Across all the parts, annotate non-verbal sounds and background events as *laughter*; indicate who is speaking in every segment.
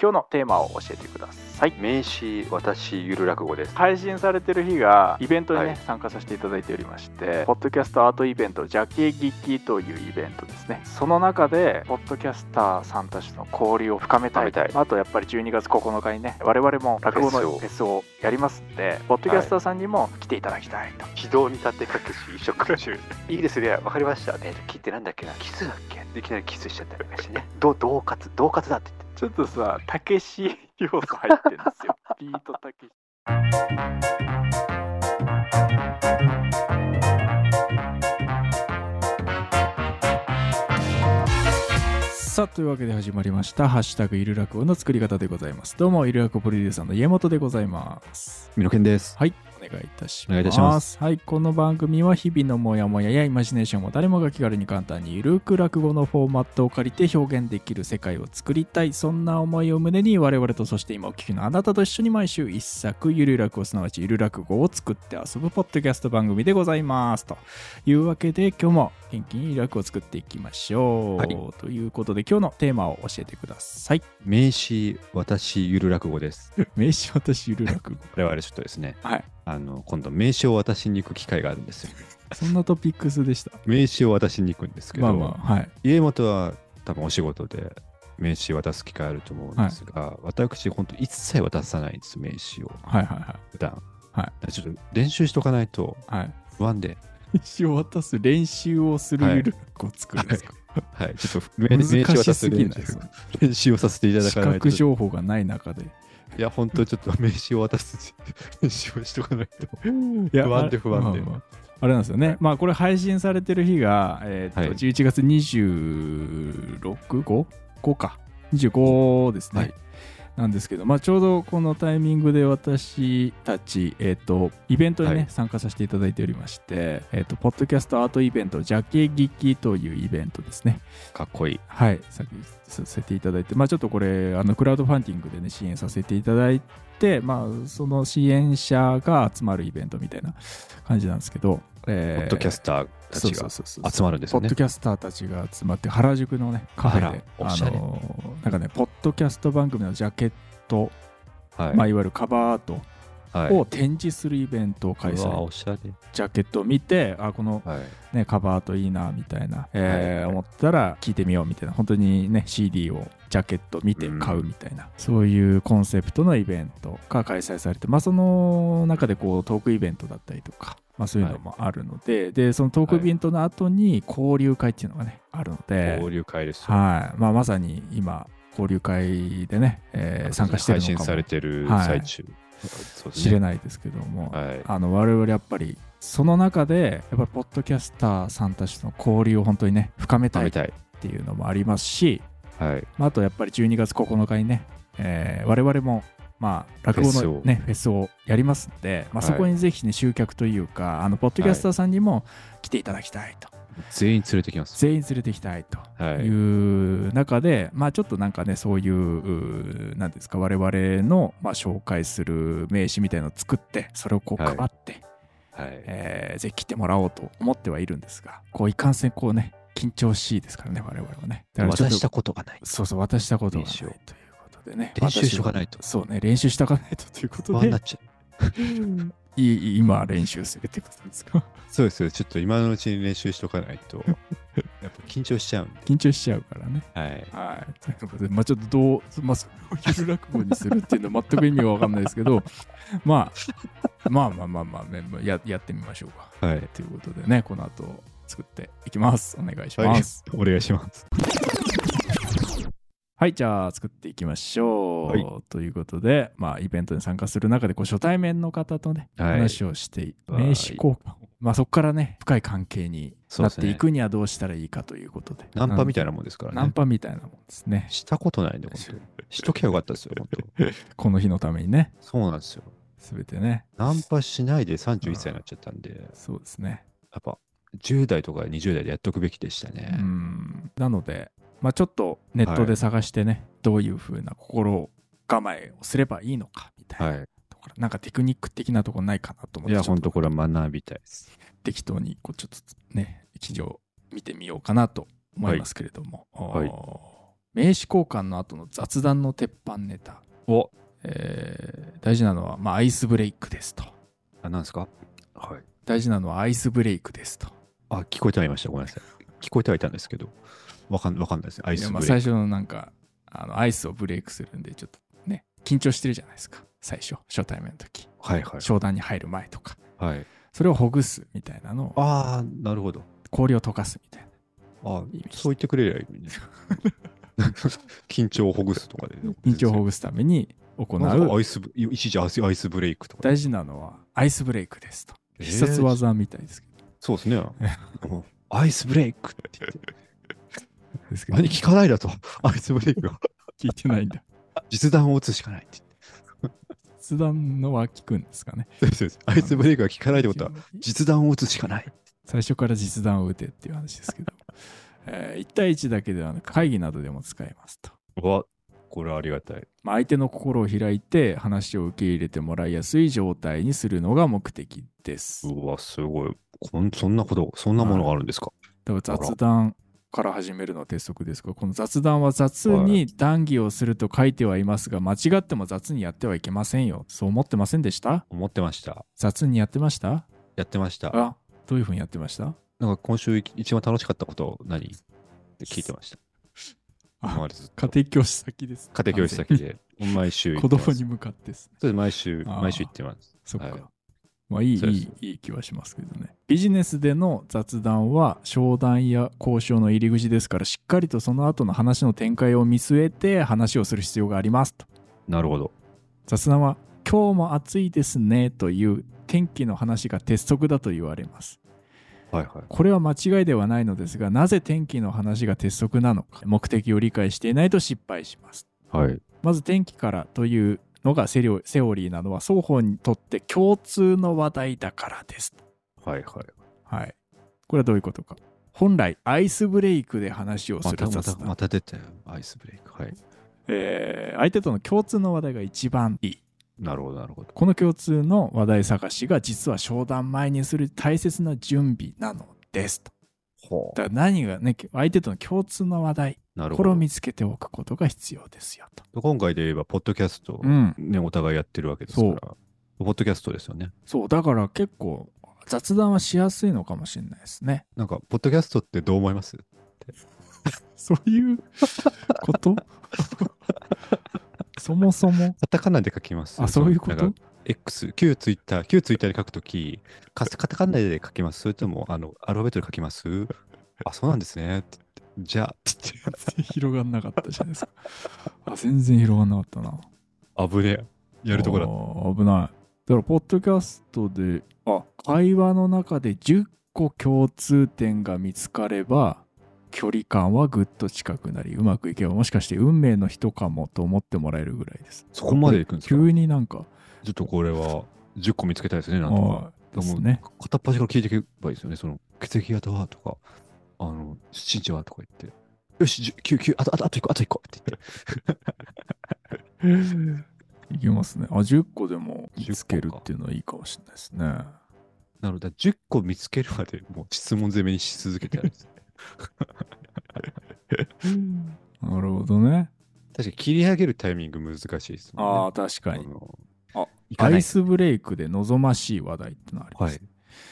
Speaker 1: 今日のテーマを教えてください
Speaker 2: 名刺私ゆる落語です
Speaker 1: 配信されてる日がイベントに、ね
Speaker 2: はい
Speaker 1: 参加させていただいておりましてポッドキャストアートイベントジャケ劇というイベントですねその中でポッドキャスターさんたちの交流を深めたい
Speaker 2: 深めたい
Speaker 1: まああとやっぱり12月9日にね我々も落語
Speaker 2: フェス
Speaker 1: の
Speaker 2: を
Speaker 1: フェスをやりますんでポッドキャスターさんにも来ていただきたいと、
Speaker 2: 軌道に立てかけし一食中いいですねわかりましたえっ、とキってなんだっけなキスだっけいきなりキスしちゃったりとかしてねどう同活同活だって言って
Speaker 1: ちょっとさたけし要素入ってるん
Speaker 3: *laughs*
Speaker 1: ですよビートたけし
Speaker 3: さあというわけで始まりました「ハッシュタグイルラクオ」の作り方でございますどうもイルラクオプロデューサーの家元でございます
Speaker 4: ミノケンです。
Speaker 3: はいお願いいたします
Speaker 4: お願いいたします
Speaker 3: はいこの番組は日々のモヤモヤやイマジネーションを誰もが気軽に簡単にゆるく落語のフォーマットを借りて表現できる世界を作りたいそんな思いを胸に我々とそして今お聞きのあなたと一緒に毎週一作ゆる落語すなわちゆる落語を作って遊ぶポッドキャスト番組でございますというわけで今日も元気にゆる落語を作っていきましょう、
Speaker 4: はい
Speaker 3: ということで今日のテーマを教えてください
Speaker 4: 名刺、私、ゆる落語です。
Speaker 3: *laughs*
Speaker 4: *laughs*
Speaker 3: 名刺私ゆる落語
Speaker 4: 我々ちょっとですね、
Speaker 3: はい
Speaker 4: あの、今度名刺を渡しに行く機会があるんですよ。
Speaker 3: そんなトピックスでした
Speaker 4: 名刺を渡しに行くんですけど、
Speaker 3: まあまあはい
Speaker 4: 家元は多分お仕事で名刺渡す機会あると思うんですが、私、本当一切渡さないんです、名刺を。
Speaker 3: はいはいはい
Speaker 4: 普段。
Speaker 3: はい
Speaker 4: だからちょっと練習しとかないと
Speaker 3: はい。
Speaker 4: 不安で、
Speaker 3: 一応渡す練習をするゆるくを作るんですか、
Speaker 4: はい、ちょっと名名刺
Speaker 3: 難
Speaker 4: 渡
Speaker 3: し
Speaker 4: す
Speaker 3: すぎ
Speaker 4: 練
Speaker 3: ないです
Speaker 4: 習
Speaker 3: か
Speaker 4: 練習をさせていただ
Speaker 3: 視
Speaker 4: かないと。
Speaker 3: 覚情報がない中で。
Speaker 4: いや、本当ちょっと名刺を渡す練習をしとかないと。
Speaker 3: いや
Speaker 4: 不安で不安で
Speaker 3: まあまああれなんですよね、まあこれ配信されてる日が、えーと
Speaker 4: はい
Speaker 3: 11月 26?5? 5か25ですね、
Speaker 4: はい
Speaker 3: なんですけど、まあ、ちょうどこのタイミングで私たち、えー、とイベントに、ね
Speaker 4: はい
Speaker 3: 参加させていただいておりまして、えー、とポッドキャストアートイベントジャケ劇というイベントですね
Speaker 4: かっこいい。
Speaker 3: はい、さっきさせていただいて、まあ、ちょっとこれ、あのクラウドファンディングで、ね、支援させていただいて、まあ、その支援者が集まるイベントみたいな感じなんですけど、え
Speaker 4: ポッドキャス
Speaker 3: タ
Speaker 4: ターたちが集まるんです
Speaker 3: ポ
Speaker 4: よ
Speaker 3: ッ
Speaker 4: ね
Speaker 3: ド。キャスターたちが集まって、原宿の、ね、カフェで、
Speaker 4: あらお
Speaker 3: あ
Speaker 4: しゃれ
Speaker 3: のなんかね、ポッドキャスト番組のジャケット、
Speaker 4: はい
Speaker 3: まあ、いわゆるカバーアート
Speaker 4: はい
Speaker 3: を展示するイベントを開
Speaker 4: うわ
Speaker 3: 催、
Speaker 4: おしゃれ。
Speaker 3: ジャケットを見て、あこの
Speaker 4: はい。
Speaker 3: ね、カバーといいなみたいな、
Speaker 4: はい
Speaker 3: え
Speaker 4: は
Speaker 3: ー
Speaker 4: い
Speaker 3: 思ったら聞いてみようみたいな本当にね CD をジャケット見て買うみたいな、そういうコンセプトのイベントが開催されてまあその中でこうトークイベントだったりとか、まあ、そういうのもあるので、でそのトークイベントの後に交流会っていうのがねあるので、
Speaker 4: 交流会ですよ。
Speaker 3: はいまあ、まさに今交流会でね、えー参加してる
Speaker 4: 配
Speaker 3: のか
Speaker 4: 信
Speaker 3: も
Speaker 4: されてる
Speaker 3: はい
Speaker 4: 最中。そうです
Speaker 3: 知れ
Speaker 4: ね。
Speaker 3: ないですけども、
Speaker 4: はい。
Speaker 3: あの我々やっぱりその中でやっぱりポッドキャスターさんたちの交流を本当にね深め
Speaker 4: 食
Speaker 3: たい
Speaker 4: べ
Speaker 3: った
Speaker 4: い。
Speaker 3: ていうのもありますし、
Speaker 4: はい。
Speaker 3: まあ、あとやっぱり12月9日にね、えー我々もまあ落語の、ね、フェスをやりますんで、まあ、
Speaker 4: は
Speaker 3: そ
Speaker 4: い
Speaker 3: こにぜひね集客というか、あのポッドキャスターさんにも来ていただきたいと、
Speaker 4: 全員連れてきます。
Speaker 3: 全員連れてきたいと
Speaker 4: はいい。
Speaker 3: う中で、まあちょっとなんかねそういううなんですか我々の、まあ、紹介する名刺みたいのを作ってそれをこう
Speaker 4: は
Speaker 3: 配
Speaker 4: い
Speaker 3: って、
Speaker 4: はい。
Speaker 3: えーぜひ来てもらおうと思ってはいるんですが、こういかんせんこうね、緊張しいですからね、我々はね。だからちょっ
Speaker 4: 渡
Speaker 3: と
Speaker 4: したことがない。
Speaker 3: そうそう、渡したことがないと
Speaker 4: 練習
Speaker 3: い
Speaker 4: を
Speaker 3: うことでね。
Speaker 4: 練習しとか
Speaker 3: い。
Speaker 4: ないと。
Speaker 3: そうね、練習したかないとというこ
Speaker 4: 不
Speaker 3: と
Speaker 4: 安に
Speaker 3: で
Speaker 4: なっ、ちゃう。
Speaker 3: *laughs* いいいい今練習するってことですか。
Speaker 4: そうですよ。ちょっと今のうちに練習しとかない *laughs* と。やっぱ緊張しちゃうんで。
Speaker 3: 緊張しちゃうからね。
Speaker 4: はい。
Speaker 3: はい。ということで、まあちょっとどう、まあそれをゆる落語にするっていうのは全く意味がわかんないですけど、 *laughs* まあ、まあまあまあまあ、ねまあややってみましょうか。
Speaker 4: はい。
Speaker 3: ということでね、この後作っていきます。お願いします。
Speaker 4: お願いします。
Speaker 3: はい、じゃあ作っていきましょう。
Speaker 4: はい
Speaker 3: ということで、まあ、イベントに参加する中でこう初対面の方とね、
Speaker 4: はい
Speaker 3: 話をして名
Speaker 4: わ
Speaker 3: 刺
Speaker 4: ーい
Speaker 3: 交換を、まあ、そこからね深い関係に
Speaker 4: そう
Speaker 3: な
Speaker 4: で
Speaker 3: っ
Speaker 4: す
Speaker 3: て
Speaker 4: ね
Speaker 3: いくにはどうしたらいいかということで。
Speaker 4: ナンパみ
Speaker 3: た
Speaker 4: たいなもんですからね。
Speaker 3: ナンパみたいなもんですね。
Speaker 4: したことないんで、本当に。しときゃよかったですよ、本
Speaker 3: この日のためにね、
Speaker 4: 当。そうなんですよ。
Speaker 3: すべてね。
Speaker 4: ナンパしないで31歳になっちゃったんで、や
Speaker 3: そうですね。
Speaker 4: っぱ10代とか20代でやっとくべきでしたね。
Speaker 3: うん。なので、まあ、ちょっとネットで探してね、どういうふうな心構えをすればいいのかみたいな
Speaker 4: は
Speaker 3: ところ、なんかテクニック的なところないかなと思っ
Speaker 4: い。い
Speaker 3: て。
Speaker 4: や、
Speaker 3: ちょっと
Speaker 4: 本当これは学びたいです。
Speaker 3: 適当にこうちょっとね記事を見てみようかなと思いますけれども、
Speaker 4: い
Speaker 3: おー名刺交換の後の雑談の鉄板ネタ、
Speaker 4: お
Speaker 3: えー大事なのは、まあ、アイスブレイクですと
Speaker 4: あ、なんですかはい。
Speaker 3: 大事なのはアイスブレイクですと
Speaker 4: あ、聞こえてはいました。ごめんなさい。聞こえてはいたんですけど、わかんわかんないですね。アイ
Speaker 3: い
Speaker 4: ス
Speaker 3: や
Speaker 4: ブ
Speaker 3: まあ
Speaker 4: レイ
Speaker 3: 最
Speaker 4: ク。
Speaker 3: 初のなんかあのアイスをブレイクするんでちょっとね緊張してるじゃないですか最初初対面の時
Speaker 4: はいはい。
Speaker 3: 商談に入る前とか
Speaker 4: はい、
Speaker 3: それをほぐすみたいなのを
Speaker 4: ああ、なるほど。
Speaker 3: 氷を溶かすみたいな
Speaker 4: あ
Speaker 3: 意味して
Speaker 4: そう言ってくれりゃい *laughs* いね。緊張をほぐすとかで。
Speaker 3: 緊張をほぐすために行
Speaker 4: なんか
Speaker 3: う
Speaker 4: アイスブ一時アイスアイスブレイクとか。
Speaker 3: 大事なのはアイスブレイクですと
Speaker 4: えー
Speaker 3: 必殺技みたいですけど,、
Speaker 4: そう *laughs* ですね。うんアイスブレイクって言って。
Speaker 3: ですけど
Speaker 4: 何聞かないだと。アイスブレイクは
Speaker 3: 聞いてないんだ
Speaker 4: 実弾を打つしかないって
Speaker 3: 雑談のは聞くんですかね
Speaker 4: 言って。そうですアイスブレイクが聞かないってことは実弾を打つしかない。
Speaker 3: 最初から実弾を打てっていう話ですけど、 *laughs* え1対1だけではなく会議などでも使えますと
Speaker 4: わ、これはありがたい。
Speaker 3: まあ、相手の心を開いて話を受け入れてもらいやすい状態にするのが目的です。
Speaker 4: うわ、すごい。こんそんなこと、そんなものがあるんですか。
Speaker 3: だから雑談から始めるのは鉄則ですがこの雑談は雑に談義をすると書いてはいますが間違っても雑にやってはいけませんよ。そう思ってませんでした
Speaker 4: 思ってました。
Speaker 3: 雑にやってました
Speaker 4: やってました。
Speaker 3: あどういうふうにやってました
Speaker 4: なんか今週い一番楽しかったこと何って聞いてました。
Speaker 3: あ
Speaker 4: 今までずっと
Speaker 3: 家庭教師先です。
Speaker 4: 家庭教師先で、毎週行
Speaker 3: 子
Speaker 4: ってます
Speaker 3: 供に向かってですね。
Speaker 4: そうです毎週、
Speaker 3: あー
Speaker 4: 毎週行ってます。
Speaker 3: そっか。
Speaker 4: はい
Speaker 3: まあいい
Speaker 4: そうで
Speaker 3: い
Speaker 4: す
Speaker 3: いいい気はしますけどね。ビジネスでの雑談は商談や交渉の入り口ですからしっかりとその後の話の展開を見据えて話をする必要がありますと。
Speaker 4: なるほど。
Speaker 3: 雑談は今日も暑いですねという天気の話が鉄則だと言われます。
Speaker 4: はいはい。
Speaker 3: これは間違いではないのですがなぜ天気の話が鉄則なのか目的を理解していないと失敗します。
Speaker 4: はい。
Speaker 3: まず天気からというのがセリオセオリーなのは双方にとって共通の話題だからです。
Speaker 4: はいはい。
Speaker 3: はい。これはどういうことか。本来、アイスブレイクで話をす
Speaker 4: ま
Speaker 3: る
Speaker 4: た、ま
Speaker 3: 雑
Speaker 4: た、
Speaker 3: 談
Speaker 4: ま。た出たよ。アイスブレイク。はい。
Speaker 3: えー相手との共通の話題が一番いい。
Speaker 4: なるほど、なるほど。
Speaker 3: この共通の話題探しが実は商談前にする大切な準備なのですと。
Speaker 4: ほ
Speaker 3: だから何がね、相手との共通の話題、
Speaker 4: う。なる
Speaker 3: こ
Speaker 4: ほ
Speaker 3: れを
Speaker 4: ど。
Speaker 3: 見つけておくことが必要ですよと。
Speaker 4: 今回で言えば、ポッドキャスト、
Speaker 3: ん。
Speaker 4: ね、お互いやってるわけですから。ポッドキャストですよね。
Speaker 3: そう、だから結構雑談はしやすいのかもしれないですね。
Speaker 4: なんか、ポッドキャストってどう思います
Speaker 3: そういうこと *laughs* そもそも。
Speaker 4: カタカナで書きます。
Speaker 3: あ、そういうこ
Speaker 4: な
Speaker 3: *laughs*
Speaker 4: ん
Speaker 3: と
Speaker 4: か X、旧ツイッター、旧ツイッターで書くとき、カスカタカナで書きますそれとも、あの、アルファベットで書きますあ、そうなんですね。って言ってじゃあ、って言って
Speaker 3: 広がんなかったじゃないですか。あ全然広がんなかったな。
Speaker 4: 危ねえ。やるとこだ
Speaker 3: あ。ー危ない。だから、ポッドキャストで、あ会話の中で10個共通点が見つかれば、距離感はぐっと近くなり、うまくいけば、もしかして運命の人かもと思ってもらえるぐらいです。
Speaker 4: そこまで行くんですか
Speaker 3: 急になんか、
Speaker 4: ちょっとこれは、10個見つけたいですね、なんとか。
Speaker 3: はいです
Speaker 4: でも
Speaker 3: ね。
Speaker 4: 片っ端から聞いていけばいいですよね。その、血液型はとか、あの、身長はとか言って。よし、10 9、9、あと、あと、あと1個、あと1個って言って。
Speaker 3: いけますね。あ、10個でも見つけ
Speaker 4: 10
Speaker 3: る
Speaker 4: 個か
Speaker 3: っていうのはいいかもしれないですね。
Speaker 4: なので、10個見つけるまでもう質問攻めにし続けてやるん *laughs* です。
Speaker 3: なるほどね。
Speaker 4: 確かに切り上げるタイミング難しいですもんね。
Speaker 3: ああ、確かに。
Speaker 4: あの
Speaker 3: あ
Speaker 4: 行か
Speaker 3: ア
Speaker 4: ない
Speaker 3: イスブレイクで望ましい話題ってのあります、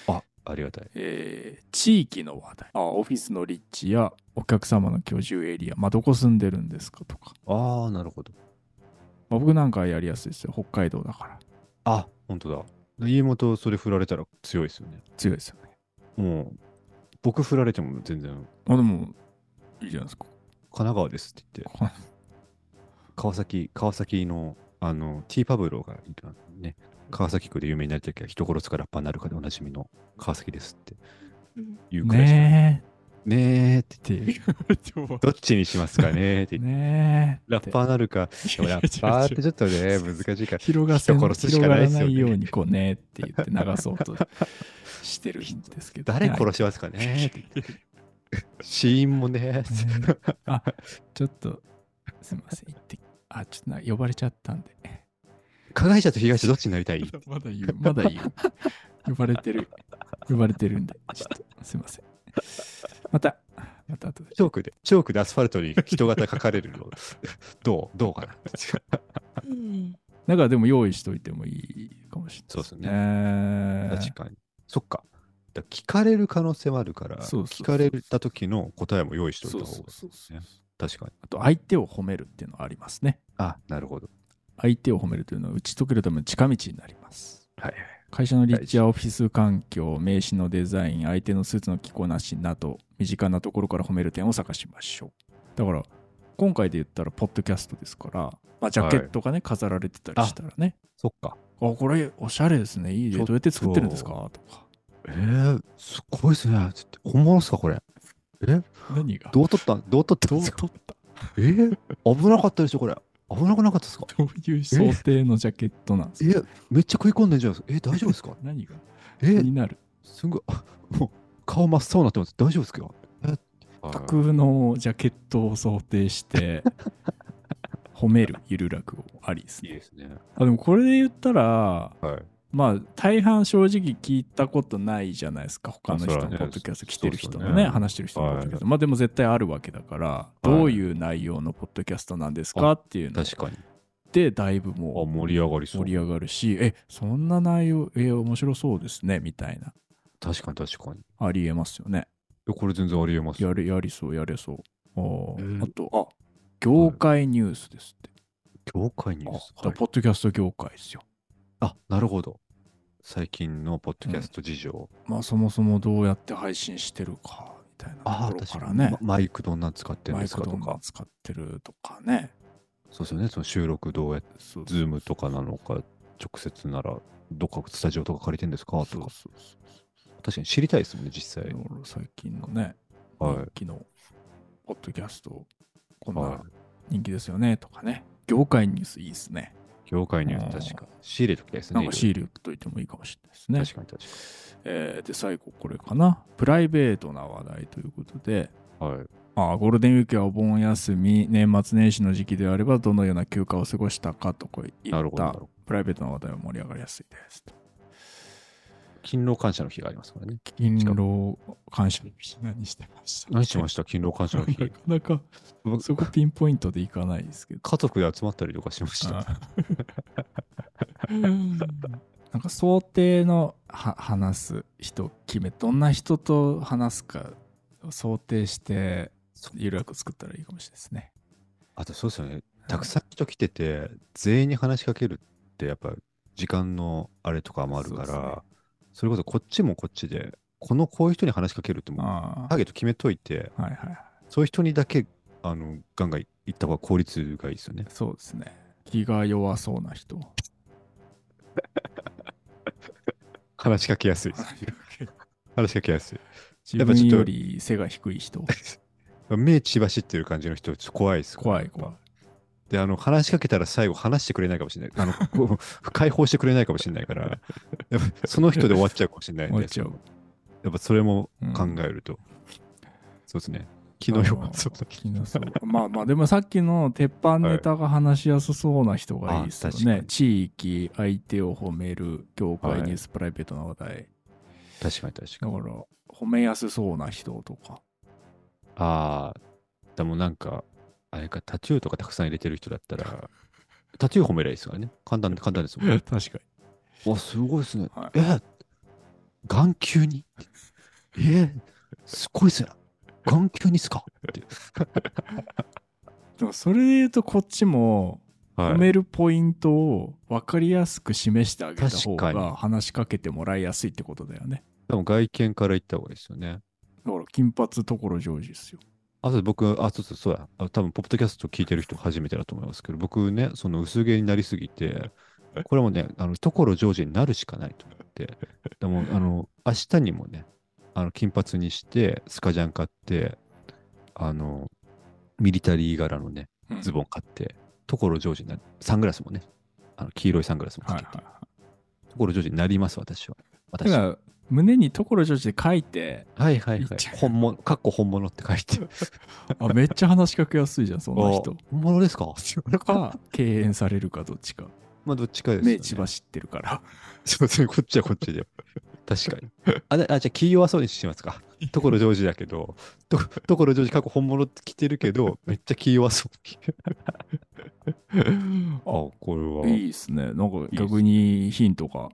Speaker 4: はい。あ、ありがたい。
Speaker 3: えー地域の話題あオフィスの立地やお客様の居住エリア、まあ、どこ住んでるんですかとか、
Speaker 4: ああ、なるほど。
Speaker 3: まあ、僕なんかはやりやすいですよ北海道だから
Speaker 4: あ、本当だ。家元それ振られたら強いですよね。
Speaker 3: 強いですよね
Speaker 4: もう、僕振られても全然、神
Speaker 3: あでもいいじゃないですか
Speaker 4: 奈川ですって言って、
Speaker 3: こ
Speaker 4: 川崎、川崎の、あの、T パブローがいたね、川崎区で有名になりたきゃ人殺すかラッパーになるかでおなじみの川崎ですって言う
Speaker 3: の
Speaker 4: くらいしか
Speaker 3: ね
Speaker 4: ねえって
Speaker 3: えって
Speaker 4: 言って、
Speaker 3: *laughs* 言われても
Speaker 4: どっちにしますかねって言って、
Speaker 3: *laughs* ねえ
Speaker 4: ラッパーなるか、でもラッパーってちょっと
Speaker 3: *laughs*
Speaker 4: ね、難しいから、
Speaker 3: 広がせん
Speaker 4: 人殺すし
Speaker 3: 広
Speaker 4: か
Speaker 3: が
Speaker 4: ない
Speaker 3: ら
Speaker 4: です
Speaker 3: な
Speaker 4: よね
Speaker 3: いようにこうねって言って流そうとしてるんですけど、
Speaker 4: 誰
Speaker 3: れ
Speaker 4: 殺しますかねって言って死因もね、
Speaker 3: *laughs* ねあちょっとすいません行ってあちょっとな呼ばれちゃったんで
Speaker 4: 加害者と被害者どっちになりたい
Speaker 3: *laughs* まだ言うまだ言う呼ばれてる呼ばれてるんでちょっとすいませんまたやった後で。
Speaker 4: チョークで、チョークでアスファルトに人型書かれるの、 *laughs* どうどうかな。
Speaker 5: うん
Speaker 3: だからでも用意しといてもいいかもしれない。
Speaker 4: そうですね
Speaker 3: ね
Speaker 4: 確かに。そっか。だ聞かれる可能性もあるから、
Speaker 3: そうそうそう
Speaker 4: 聞かれた時の答えも用意しておいた
Speaker 3: そう
Speaker 4: 方が
Speaker 3: そうそうそう
Speaker 4: ね確かに。
Speaker 3: あと、相手を褒めるっていうのはありますね。
Speaker 4: あ、なるほど。
Speaker 3: 相手を褒めるというのは打ち解けるための近道になります。
Speaker 4: はいはい。
Speaker 3: 会社の立地やオフィス環境、名刺のデザイン、相手のスーツの着こなしなど、身近なところから褒める点を探しましょう。だから、今回で言ったら、ポッドキャストですから、まあ、ジャケットがね、飾られてたりしたらね、
Speaker 4: そっ
Speaker 3: あ、
Speaker 4: か。
Speaker 3: これ、おしゃれですね、いいね、
Speaker 4: ちょ
Speaker 3: ど
Speaker 4: っと
Speaker 3: うやって作ってるんですかとか。
Speaker 4: えー、すごいですね。つって本物ですか、これ。え
Speaker 3: 何が
Speaker 4: どう撮ったんどう撮った
Speaker 3: ど
Speaker 4: ん
Speaker 3: う
Speaker 4: ですか
Speaker 3: 撮った
Speaker 4: えー、危なかったでしょ、これ。危なくなかったですか
Speaker 3: どういう想定のジャケットなんです
Speaker 4: え
Speaker 3: か
Speaker 4: めっちゃ食い込んでんじゃないですか。え大丈夫ですか
Speaker 3: 何が
Speaker 4: え
Speaker 3: 気になる
Speaker 4: すごい。 *laughs* あもう顔真っ青になってます。大丈夫ですかえ
Speaker 3: 架空のジャケットを想定して *laughs* 褒めるゆる落語ありですね
Speaker 4: ですね。
Speaker 3: あでもこれで言ったら
Speaker 4: はい。
Speaker 3: まあ大半正直聞いたことないじゃないですか他の人
Speaker 4: ま
Speaker 3: の
Speaker 4: あそれはね
Speaker 3: ポッドキャスト来てる人の
Speaker 4: そうです
Speaker 3: ね
Speaker 4: よね
Speaker 3: 話してる人のポッドキャス
Speaker 4: は
Speaker 3: トまあでも絶対あるわけだからどういう内容のポッドキャストなんですか
Speaker 4: あ
Speaker 3: っていうの
Speaker 4: 確かに。
Speaker 3: でだいぶ
Speaker 4: あ、
Speaker 3: もう
Speaker 4: 盛り上がりそう
Speaker 3: 盛。り上がるしえそんな内容え面白そうですねみたいな
Speaker 4: 確かに確かに。
Speaker 3: ありえますよね
Speaker 4: えこれ全然ありえます。
Speaker 3: やれやりそうやれそうあー、
Speaker 4: うん
Speaker 3: あとあ業界ニュースですって
Speaker 4: 業界ニュ
Speaker 3: あ
Speaker 4: ース。
Speaker 3: だからポッドキャスト業界ですよ。
Speaker 4: あ、なるほど。最近のポッドキャスト事情。
Speaker 3: まあそもそもどうやって配信してるかみたいな
Speaker 4: ああ、
Speaker 3: ところ
Speaker 4: 確
Speaker 3: か
Speaker 4: からに、
Speaker 3: ね
Speaker 4: ま。マイクどんなん使ってる
Speaker 3: マ
Speaker 4: んで
Speaker 3: イ
Speaker 4: すか
Speaker 3: ク
Speaker 4: と
Speaker 3: と
Speaker 4: か
Speaker 3: か。使ってるとかね。
Speaker 4: そうですよね。その収録どうやって、
Speaker 3: そう
Speaker 4: ズームとかなのか、直接なら、どっかスタジオとか借りてんですか
Speaker 3: そ
Speaker 4: と
Speaker 3: う
Speaker 4: か。
Speaker 3: そうそう
Speaker 4: 確かに知りたいですもんね、実際。
Speaker 3: そう最近のね、
Speaker 4: はい
Speaker 3: 人気のポッドキャスト、こん
Speaker 4: はい
Speaker 3: な人気ですよねとかね。業界ニュースいいですね。
Speaker 4: 業界ニュー
Speaker 3: あー
Speaker 4: ス、確かに。仕入れときたいですね。
Speaker 3: なんかシ
Speaker 4: い
Speaker 3: ールといてもいいかもしれないですね。
Speaker 4: ろいろ確かに確
Speaker 3: えーで、最後これかな。プライベートな話題ということで、
Speaker 4: かに。はい。
Speaker 3: あーゴールデンウィークやお盆休み、年末年始の時期であれば、どのような休暇を過ごしたかとこうい
Speaker 4: なる
Speaker 3: っ
Speaker 4: ほどな
Speaker 3: た
Speaker 4: るほど
Speaker 3: プライベートな話題は盛り上がりやすいですと。
Speaker 4: 勤労感謝の日がありますから *laughs* ね。
Speaker 3: 勤労感謝の日何してました
Speaker 4: 何してま
Speaker 3: し
Speaker 4: した勤労感謝の
Speaker 3: な
Speaker 4: 日。
Speaker 3: かなか
Speaker 4: 僕
Speaker 3: そこピンポイントでいかないですけど。
Speaker 4: 家族で集まったりとかしました。
Speaker 5: うん
Speaker 3: なんか想定のは話す人を決め、どんな人と話すかを想定して、ゆるく作ったらいいかもしれないですね。
Speaker 4: あとそうですよね。たくさん人来てて、全員に話しかけるって、やっぱ時間のあれとかもあるから、
Speaker 3: そ
Speaker 4: そ,、
Speaker 3: うですね
Speaker 4: れこそこっちもこっちで、このこういう人に話しかけるってもう、
Speaker 3: あ
Speaker 4: ターゲット決めといて、
Speaker 3: あ、はいはい。
Speaker 4: そういう人にだけ、あの、ガンガン行った方が効率がいいですよね。
Speaker 3: そうですね。気が弱そうな
Speaker 4: *laughs*
Speaker 3: 人。
Speaker 4: 話しかけやすいです。話しかけやすい。
Speaker 3: 自分より背が低い人。
Speaker 4: 目血走ってる感じの人、ちょっと怖いです。
Speaker 3: 怖い怖い。
Speaker 4: で、あの、話しかけたら最後話してくれないかもしれない。あの、こう解放してくれないかもしれないから、やっぱその人で終わっちゃうかもしれないんで、
Speaker 3: 終わっちゃう
Speaker 4: やっぱそれも考えると、そうですね。昨日よ
Speaker 3: あの
Speaker 4: そう
Speaker 3: 気のそうまあまあ、でもさっきの鉄板ネタが話しやすそうな人がいいですよね。
Speaker 4: はいあ確かに
Speaker 3: 地域、相手を褒める、業界、
Speaker 4: はい
Speaker 3: ニュース、プライベートな話題。
Speaker 4: 確かに確か
Speaker 3: だ
Speaker 4: に。
Speaker 3: から、褒めやすそうな人とか。
Speaker 4: ああ、でもなんか、あれか、タチューとかたくさん入れてる人だったら、タチュー褒めりゃいいですからね。簡単、簡単ですもんね。
Speaker 3: かに。
Speaker 4: お、すごいですね
Speaker 3: はい
Speaker 4: え眼球にえすごいっすね。眼球にっすかって。
Speaker 3: でもそれで言うと、こっちも、
Speaker 4: は
Speaker 3: 褒めるポイントを分かりやすく示してあげた方
Speaker 4: 確か
Speaker 3: が話しかけてもらいやすいってことだよね。
Speaker 4: でも外見から言った方がいいですよね。
Speaker 3: だから、金髪所ジョージですよ。
Speaker 4: あと僕、あ、そうそう、そうや。あ多分、ポッドキャスト聞いてる人初めてだと思いますけど、僕ね、その薄毛になりすぎて、これもね、あの、所ジョージになるしかないと思って、でも、あの、明日にもね、あの、金髪にして、スカジャン買って、あの、ミリタリー柄のね、ズボン買って、所ジョージになる。サングラスもね、あの、黄色いサングラスも
Speaker 3: は
Speaker 4: か
Speaker 3: い
Speaker 4: け
Speaker 3: はい
Speaker 4: て、
Speaker 3: はい。
Speaker 4: 所ジョージになります、私は。
Speaker 3: だ
Speaker 4: 私
Speaker 3: か
Speaker 4: は。
Speaker 3: ら胸に所ジョージで書いて、
Speaker 4: はいはいい
Speaker 3: っ
Speaker 4: はい
Speaker 3: ちゃう。
Speaker 4: 本物、かっこ本物って書いて。
Speaker 3: あ、めっちゃ話しかけやすいじゃん、そんな人。
Speaker 4: あ本物です *laughs* か
Speaker 3: とか、敬遠されるかどっちか。
Speaker 4: まあ、どっちかですよね。
Speaker 3: 目千葉知ってるから。
Speaker 4: そうですね、こっちはこっちで。確かに。あ、であじゃあ、気弱そうにしますか。ところジョージだけど、とところジョージ過去本物着てるけど、めっちゃ気弱そう。 *laughs* あ、これはい
Speaker 3: いですね。なんか逆にヒントが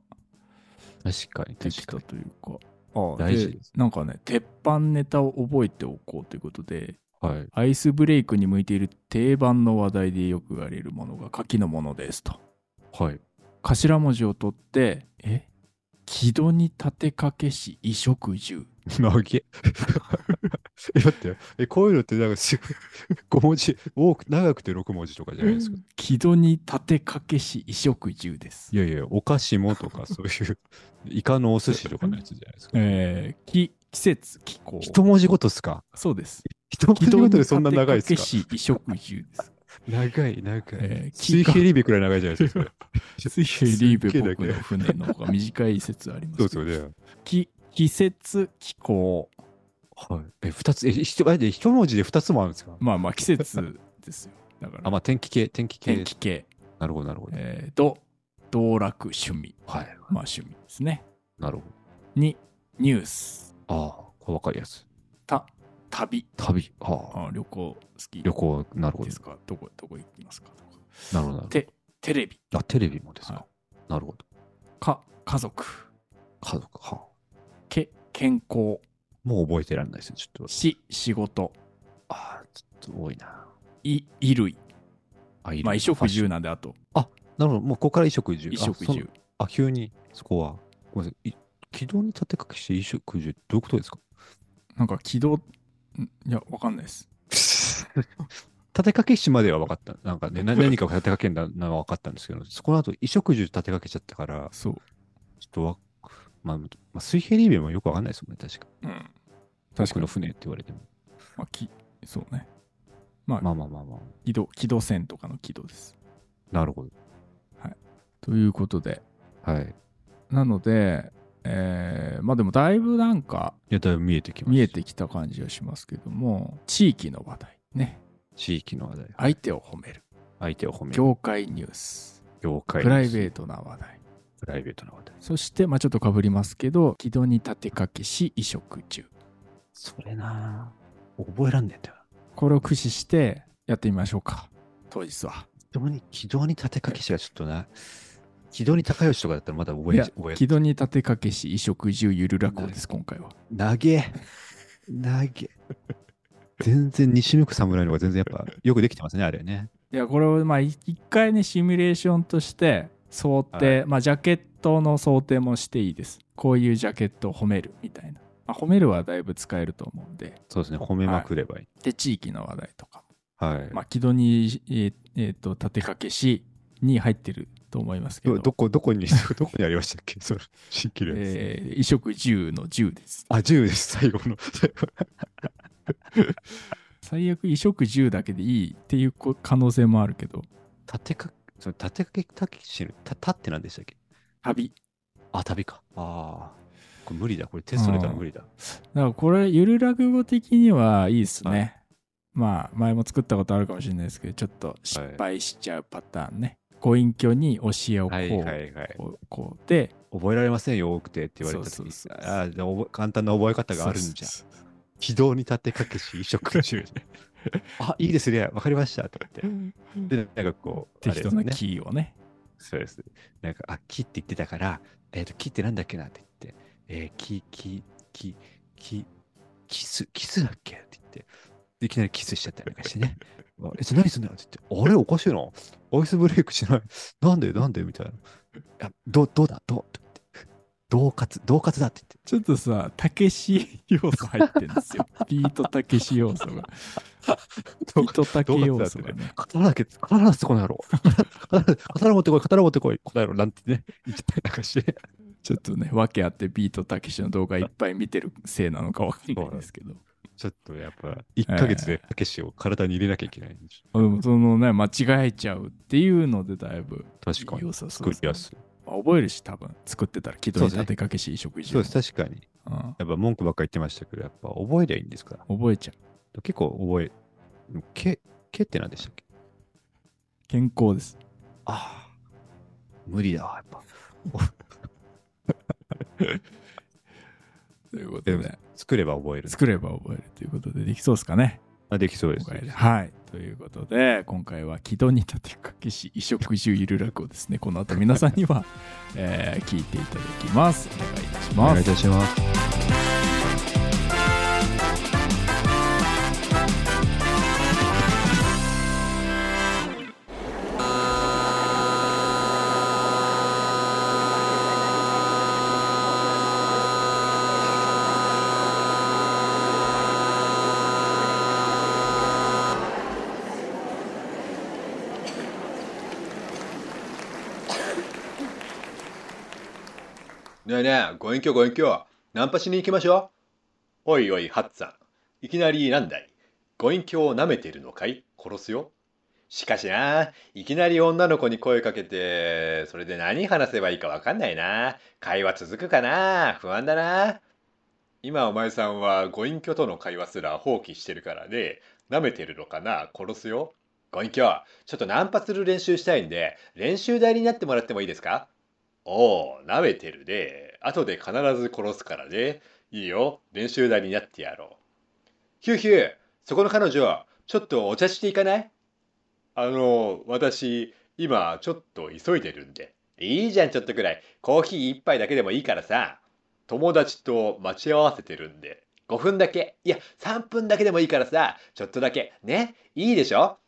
Speaker 4: 確かに
Speaker 3: で
Speaker 4: 確
Speaker 3: き
Speaker 4: か
Speaker 3: た
Speaker 4: に。
Speaker 3: というか。ああ
Speaker 4: 大事です
Speaker 3: なんかね、鉄板ネタを覚えておこうということで、
Speaker 4: はい。
Speaker 3: アイスブレイクに向いている定番の話題でよく言われるものが柿のものですと。
Speaker 4: はい。
Speaker 3: 頭文字を取って、え木戸に立てかけし衣食住。
Speaker 4: 投げ。 *laughs* え、だって、え、こういうのってなんかす、5文字、多く、長くて6文字とかじゃないですか。
Speaker 3: 木戸に立てかけし衣食住です
Speaker 4: い。やいや、お菓子もとか、そう *laughs* いう、イカのお寿司とかのやつじゃないですか。
Speaker 3: えー、き季節、気候。
Speaker 4: 一文字ごとっすか
Speaker 3: そうです。
Speaker 4: 一文字ごとでそんな長いっすか
Speaker 3: 木戸に立てかけし衣食住です。
Speaker 4: 長い、長い。
Speaker 3: えー、
Speaker 4: 水
Speaker 3: 木
Speaker 4: 平リーベくらい長いじゃないですか。そ
Speaker 3: 水
Speaker 4: れ
Speaker 3: 平リーベ
Speaker 4: だ
Speaker 3: 僕
Speaker 4: け
Speaker 3: の船の方が短い説あります
Speaker 4: そう
Speaker 3: けど。
Speaker 4: ですよね。
Speaker 3: き季節、気候。
Speaker 4: はい。え、二つ、え、一あれで一文字で二つもあるんですか
Speaker 3: まあまあ季節ですよ。だから
Speaker 4: あ、、まあ、天気系、天気系。
Speaker 3: 天気系。
Speaker 4: なるほど、なるほど。
Speaker 3: えー、と、道楽趣味。
Speaker 4: はい。
Speaker 3: まあ趣味ですね。
Speaker 4: なるほ
Speaker 3: に、ニュース。
Speaker 4: ど。ああ、これわかりやすい。
Speaker 3: た、旅。
Speaker 4: 旅。はあ。
Speaker 3: あ旅行好き
Speaker 4: 旅行、なるほ
Speaker 3: で
Speaker 4: ど。
Speaker 3: すかどこ、どこ行きますかとか
Speaker 4: なるほどなるほど。
Speaker 3: て、テレビ。
Speaker 4: あ、テレビもですか。
Speaker 3: は
Speaker 4: なるほど。
Speaker 3: か、家族。
Speaker 4: 家族。はあ。
Speaker 3: け、健康。
Speaker 4: もう覚えてられないですね。ちょっと、
Speaker 3: し、仕事。
Speaker 4: ああ、ちょっと多いな。
Speaker 3: い、衣類。
Speaker 4: あ、い
Speaker 3: まあ衣食
Speaker 4: 住
Speaker 3: 住なんで、あと、
Speaker 4: なるほど。もうここから衣食住。
Speaker 3: 衣食
Speaker 4: あその
Speaker 3: 住。
Speaker 4: あ、急に、そこは。ごめんなさい。い軌道に立てかけして衣食住ってどういうこ
Speaker 3: *laughs*
Speaker 4: とですか
Speaker 3: なんか軌道、んいや、わかんないです。
Speaker 4: 立てかけしまでは分かった。なんかね、な何かを立てかけんだのは分かったんですけど、そこの後、衣食住立てかけちゃったから、
Speaker 3: そう。
Speaker 4: ちょっとわ、まあ、まあ、水平リーベもよくわかんないですもんね、確か。
Speaker 3: うん。
Speaker 4: 確かの船って言われても。
Speaker 3: まあ、き、そうね。
Speaker 4: まあまあまあまあ。
Speaker 3: 軌道、軌道線とかの軌道です。
Speaker 4: なるほど。
Speaker 3: ということで、
Speaker 4: はい。い
Speaker 3: なので、えーまあでもだいぶなんか
Speaker 4: や、だいぶ見えてきました。
Speaker 3: 見えてきた感じがしますけども地域の話題ね
Speaker 4: 地域の話題。
Speaker 3: 相手を褒める
Speaker 4: 相手を褒める。
Speaker 3: 業界ニュース
Speaker 4: 業界
Speaker 3: プライベ
Speaker 4: ー
Speaker 3: ートな話題
Speaker 4: ト。プライベートの話題。
Speaker 3: そしてまあちょっとかぶりますけど軌道に立てかけし移植中
Speaker 4: それなぁ覚えらんねえんだよな。
Speaker 3: これを駆使してやってみましょうか当日は
Speaker 4: 軌道に、軌道に立てかけしがちょっとな、軌道に高吉とかだったらまだ覚
Speaker 3: い
Speaker 4: え
Speaker 3: や
Speaker 4: ち、覚え
Speaker 3: 軌道に立てかけし移植中ゆる落語です今回は
Speaker 4: 投げ、投げ。全然西向く侍の方が全然やっぱよくできてますね、あれね。
Speaker 3: いやこれをまあい一回ねシミュレーションとして想定、まあジャケットの想定もしていいですこういうジャケットを褒めるみたいな、まあ、褒めるはだいぶ使えると思うんで
Speaker 4: そうですね、褒めまくればいい。
Speaker 3: で地域の話題とか
Speaker 4: はい。
Speaker 3: まあ木戸にえーえーと立てかけしに入ってると思いますけど
Speaker 4: どどこ、どこに、どこにありましたっけその、新規のやつ
Speaker 3: えー、衣食住の住です
Speaker 4: あ、10です、最後の。 *laughs* 最後
Speaker 3: 最悪衣食住だけでいいっていうこ可能性もあるけど
Speaker 4: 立てかけ、その立てかけ、たけしの、た、たって何でしたっけ
Speaker 3: 旅
Speaker 4: あ、旅か。ああ。これ無理だ、これテスト出たら無理だ。
Speaker 3: だからこれゆる落語的にはいいですね、まあ前も作ったことあるかもしれないですけどちょっと失敗しちゃうパターンね、ご隠居に教えをこう,、
Speaker 4: はいはいはい。
Speaker 3: こうこうで
Speaker 4: 覚えられませんよ、多くてって言われた時
Speaker 3: そう
Speaker 4: に
Speaker 3: そうそうそう
Speaker 4: ああ、で覚え簡単な覚え方があるんじゃ。
Speaker 3: そうそうそう
Speaker 4: 軌道に立てかけし、移植
Speaker 3: *laughs*
Speaker 4: 中。あ、いいですね、わかりました、と言って。で、なんかこう、
Speaker 3: 適当な
Speaker 4: あれですね。
Speaker 3: キーをね
Speaker 4: そうです。なんか、あ、木って言ってたから、えっ、と、木ってなんだっけなって言って、えー、木、木、木、木、キス、キスだっけって言って、いきなりキスしちゃったりなんかしてね。 *laughs* あえ、それ何すんだよって言って、あれおかしいな。アイスブレイクしない。なんでなんでみたいな。いや、どう、どうだどうと言って。同活、同活だって言って。
Speaker 3: ちょっとさたけし要素入ってるんですよ
Speaker 4: *laughs*
Speaker 3: ビートたけし要素がビートたけ要素がね
Speaker 4: 刀だけ、刀出すこの野郎。刀刀刀持ってこい、刀持ってこい、この野郎。なんてね、言ってたりなんかして。
Speaker 3: ちょっとね訳あってビートたけしの動画いっぱい見てるせいなのかわかんないんですけど
Speaker 4: ちょっとやっぱ、1ヶ月でたけしを体に入れなきゃいけないんでしょ。
Speaker 3: でもそのね間違えちゃうっていうのでだいぶ
Speaker 4: 確かに。
Speaker 3: 良さそうで
Speaker 4: 作り
Speaker 3: すね
Speaker 4: やすい。
Speaker 3: まあ覚えるし多分作ってたら軌道
Speaker 4: そう
Speaker 3: に
Speaker 4: ですね
Speaker 3: 立てかけし、衣食住
Speaker 4: そうです、確かに。
Speaker 3: うん
Speaker 4: やっぱ文句ばっかり言ってましたけど、やっぱ覚えりゃいいんですから。
Speaker 3: 覚えちゃう
Speaker 4: 結構覚え、け、けって何でしたっけ
Speaker 3: 健康です
Speaker 4: ああ、無理だわ、やっぱ。
Speaker 3: ということで
Speaker 4: 作れば覚える。
Speaker 3: 作れば覚えるということでできそうですかね
Speaker 4: あできそうで
Speaker 3: 今
Speaker 4: す。
Speaker 3: 回ではいということで今回は「軌道に立てかけし移植中ゆる落語」ですねこの後皆さんに
Speaker 4: *laughs*
Speaker 3: は、えー聞いていただきますお願いいたし
Speaker 4: お
Speaker 3: ま
Speaker 4: 願い
Speaker 3: す
Speaker 4: いたします。
Speaker 6: ねえねえ、ご隠居ご隠居。ナンパしに行きましょう。おいおい、ハッツァン。いきなりなんだい。ご隠居を舐めてるのかい殺すよ。しかしな、いきなり女の子に声かけて、それで何話せばいいかわかんないな。会話続くかな不安だな。今お前さんはご隠居との会話すら放棄してるからね。舐めてるのかな殺すよ。ご隠居、ちょっとナンパする練習したいんで、練習台になってもらってもいいですかおお、舐めてるで。後で必ず殺すからね。いいよ、練習台になってやろう。ヒューヒュー、そこの彼女、ちょっとお茶していかないあの、私、今、ちょっと急いでるんで。いいじゃん、ちょっとくらい。コーヒー一杯だけでもいいからさ。友達と待ち合わせてるんで。5分だけ。いや、3分だけでもいいからさ。ちょっとだけ。ねいいでしょ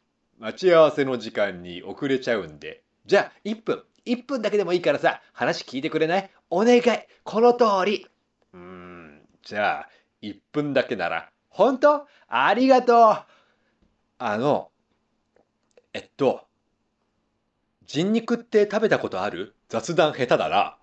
Speaker 6: 待ち合わせの時間に遅れちゃうんで。じゃあ、1分。1分だけでもいいからさ、話聞いてくれないお願い。この通り。うーん、じゃあ、1分だけなら。本当ありがとう。あの、えっと、人肉って食べたことある雑談下手だな。